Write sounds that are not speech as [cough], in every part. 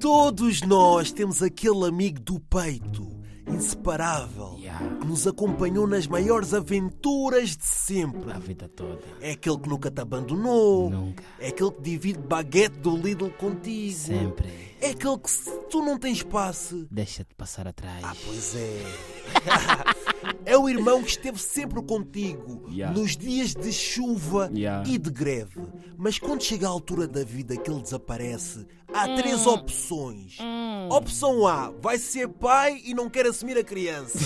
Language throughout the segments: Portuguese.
Todos nós temos aquele amigo do peito, inseparável, Yeah. que nos acompanhou nas maiores aventuras de sempre. A vida toda. É aquele que nunca te abandonou. Nunca. É aquele que divide baguete do Lidl contigo. Sempre. É aquele que se tu não tens passe. Deixa-te passar atrás. Ah, pois é. [laughs] é o irmão que esteve sempre contigo Yeah. nos dias de chuva Yeah. e de greve. Mas quando chega a altura da vida que ele desaparece, há três opções. Opção A, vai ser pai e não quer assumir a [laughs] criança.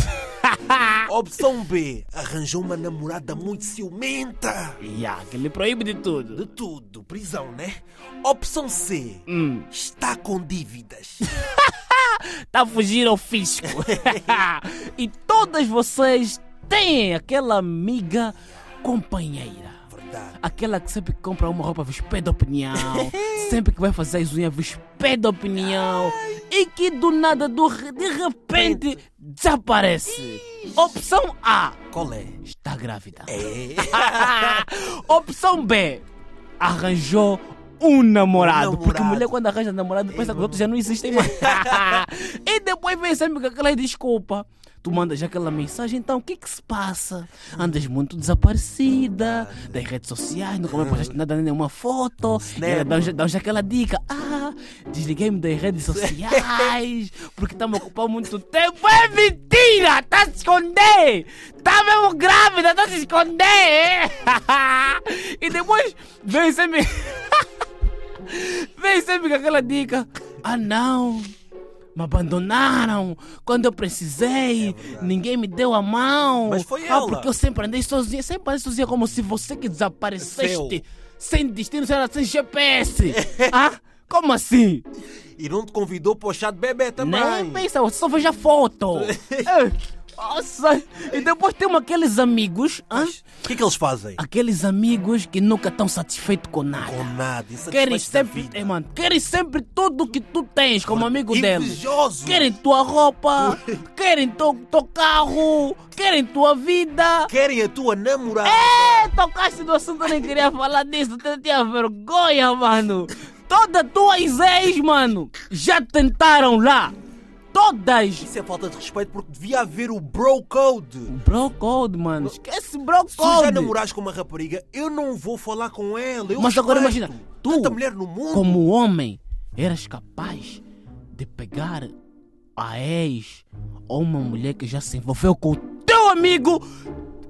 Opção B, arranjou uma namorada muito ciumenta. Yeah, que lhe proíbe de tudo. De tudo, prisão, né? Opção C, Hum. está com dívidas. É Tá a fugir ao fisco. [laughs] e todas vocês têm aquela amiga companheira. Verdade. Aquela que sempre que compra uma roupa vos pede opinião. [laughs] sempre que vai fazer as unhas vos pede opinião. E que do nada, do, re- de repente, desaparece. Opção A. Qual é? Está grávida. É. [laughs] Opção B. Arranjou Um um namorado. namorado. Porque mulher quando arranja namorado pensa que os outros já não existem mais. [laughs] e depois vem sempre com aquela desculpa. Tu mandas aquela mensagem, então o que que se passa? Andas muito desaparecida das redes sociais, nunca mais postaste nada, nem nenhuma foto. E ela um dá-nos dá-nos aquela dica. Ah, desliguei-me das redes sociais porque está-me a ocupar muito tempo. É mentira! Está a se esconder! Está mesmo grávida, está a se esconder! [laughs] e depois vem sempre. vem sempre com aquela dica. Ah, não! Me abandonaram quando eu precisei, ninguém me deu a mão. É Mas foi ah, ela. porque eu sempre andei sozinha, sempre andei sozinha, como se você que desapareceste, sem destino, será sem GPS. [laughs] ah, como assim? E não te convidou para o chá de bebê também. Nem pensa, você só veja a [laughs] foto. Ei, Nossa, e depois temos aqueles amigos, hã? O que é que eles fazem? aqueles amigos que nunca estão satisfeitos com nada. Com nada, Querem insatisfeitos da sempre, vida. eh, mano, querem sempre tudo que tu tens como amigo deles. Invejosos. Querem tua roupa, querem teu, teu carro, querem tua vida. Querem a tua namorada. É, tocaste no assunto, eu nem queria falar disso, até tinha vergonha, mano. Todas tuas ex, mano, já tentaram lá. Todas. Isso é falta de respeito porque devia haver o bro code. Bro Code, mano, esquece Bro Se tu já Code. namorares com uma rapariga, eu não vou falar com ela. Eu Mas agora respeito. imagina, tu- Tanta mulher no mundo. Como homem, eras capaz de pegar a ex ou uma mulher que já se envolveu com o teu amigo?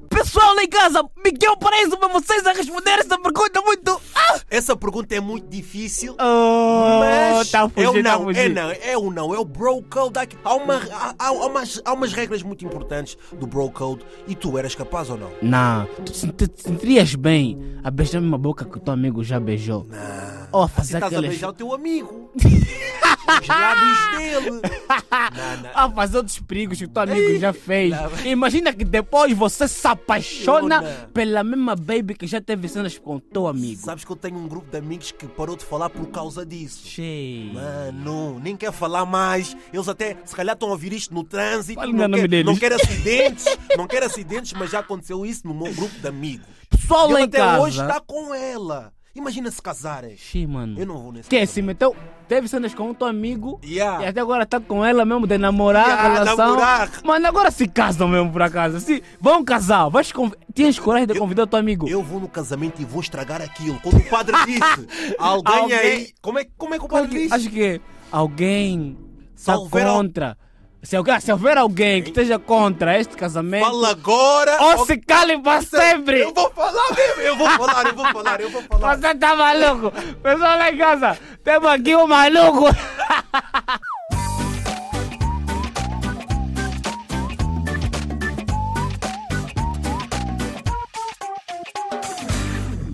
Pessoal lá em casa, Miguel Paraíso para vocês a responder essa pergunta muito... Ah! Essa pergunta é muito difícil. Oh, Mas tá a é o fugir, tá a não, é fugir. não, é o não, é o bro code. Há, aqui- há uma, há, há- há umas, há umas regras muito importantes do bro code e tu eras capaz ou não? Não, tu se- te te sentirias bem a beijar a mesma boca que o teu amigo já beijou. Ah, Ou a fazer estás a aqueles. beijar o teu [laughs] amigo. Os lábios dele. Não, não. A fazer Ah, outros perigos que o teu amigo já fez. Não, mas- Imagina que depois você se apaixona Eu não. pela mesma baby que já teve cenas com o teu amigo. Sabes que eu tenho um grupo de amigos que parou de falar por causa disso. Cheio. Mano, nem quer falar mais. Eles até, se calhar, estão a ouvir isto no trânsito. Fala o não, nome quer, deles. não quer acidentes, não quer acidentes, mas já aconteceu isso no meu grupo de amigos. Pessoal E lá ele em até casa. hoje está com ela. Imagina se casarem. Cheio, mano. Eu não vou nesse Quem é se meteu? Teve cenas com o teu amigo. Yeah. E até agora tá com ela mesmo de namorar, Yeah, relação. namorar. Mano, agora se casam mesmo por acaso. Se vão casar, vais conv... tens coragem de convidar o teu amigo. Eu vou no casamento e vou estragar aquilo. Quando o [laughs] padre disse, alguém, Alguém- aí. Como é, como é que o Qual padre que- disse? acho que alguém está houver al- contra. Se, alguém, se houver alguém que esteja contra este casamento, Fala agora. ou se calem para sempre! Eu vou falar mesmo. Eu vou falar, eu vou falar, eu vou falar. Você tá maluco? Pessoal lá em casa, temos aqui um maluco!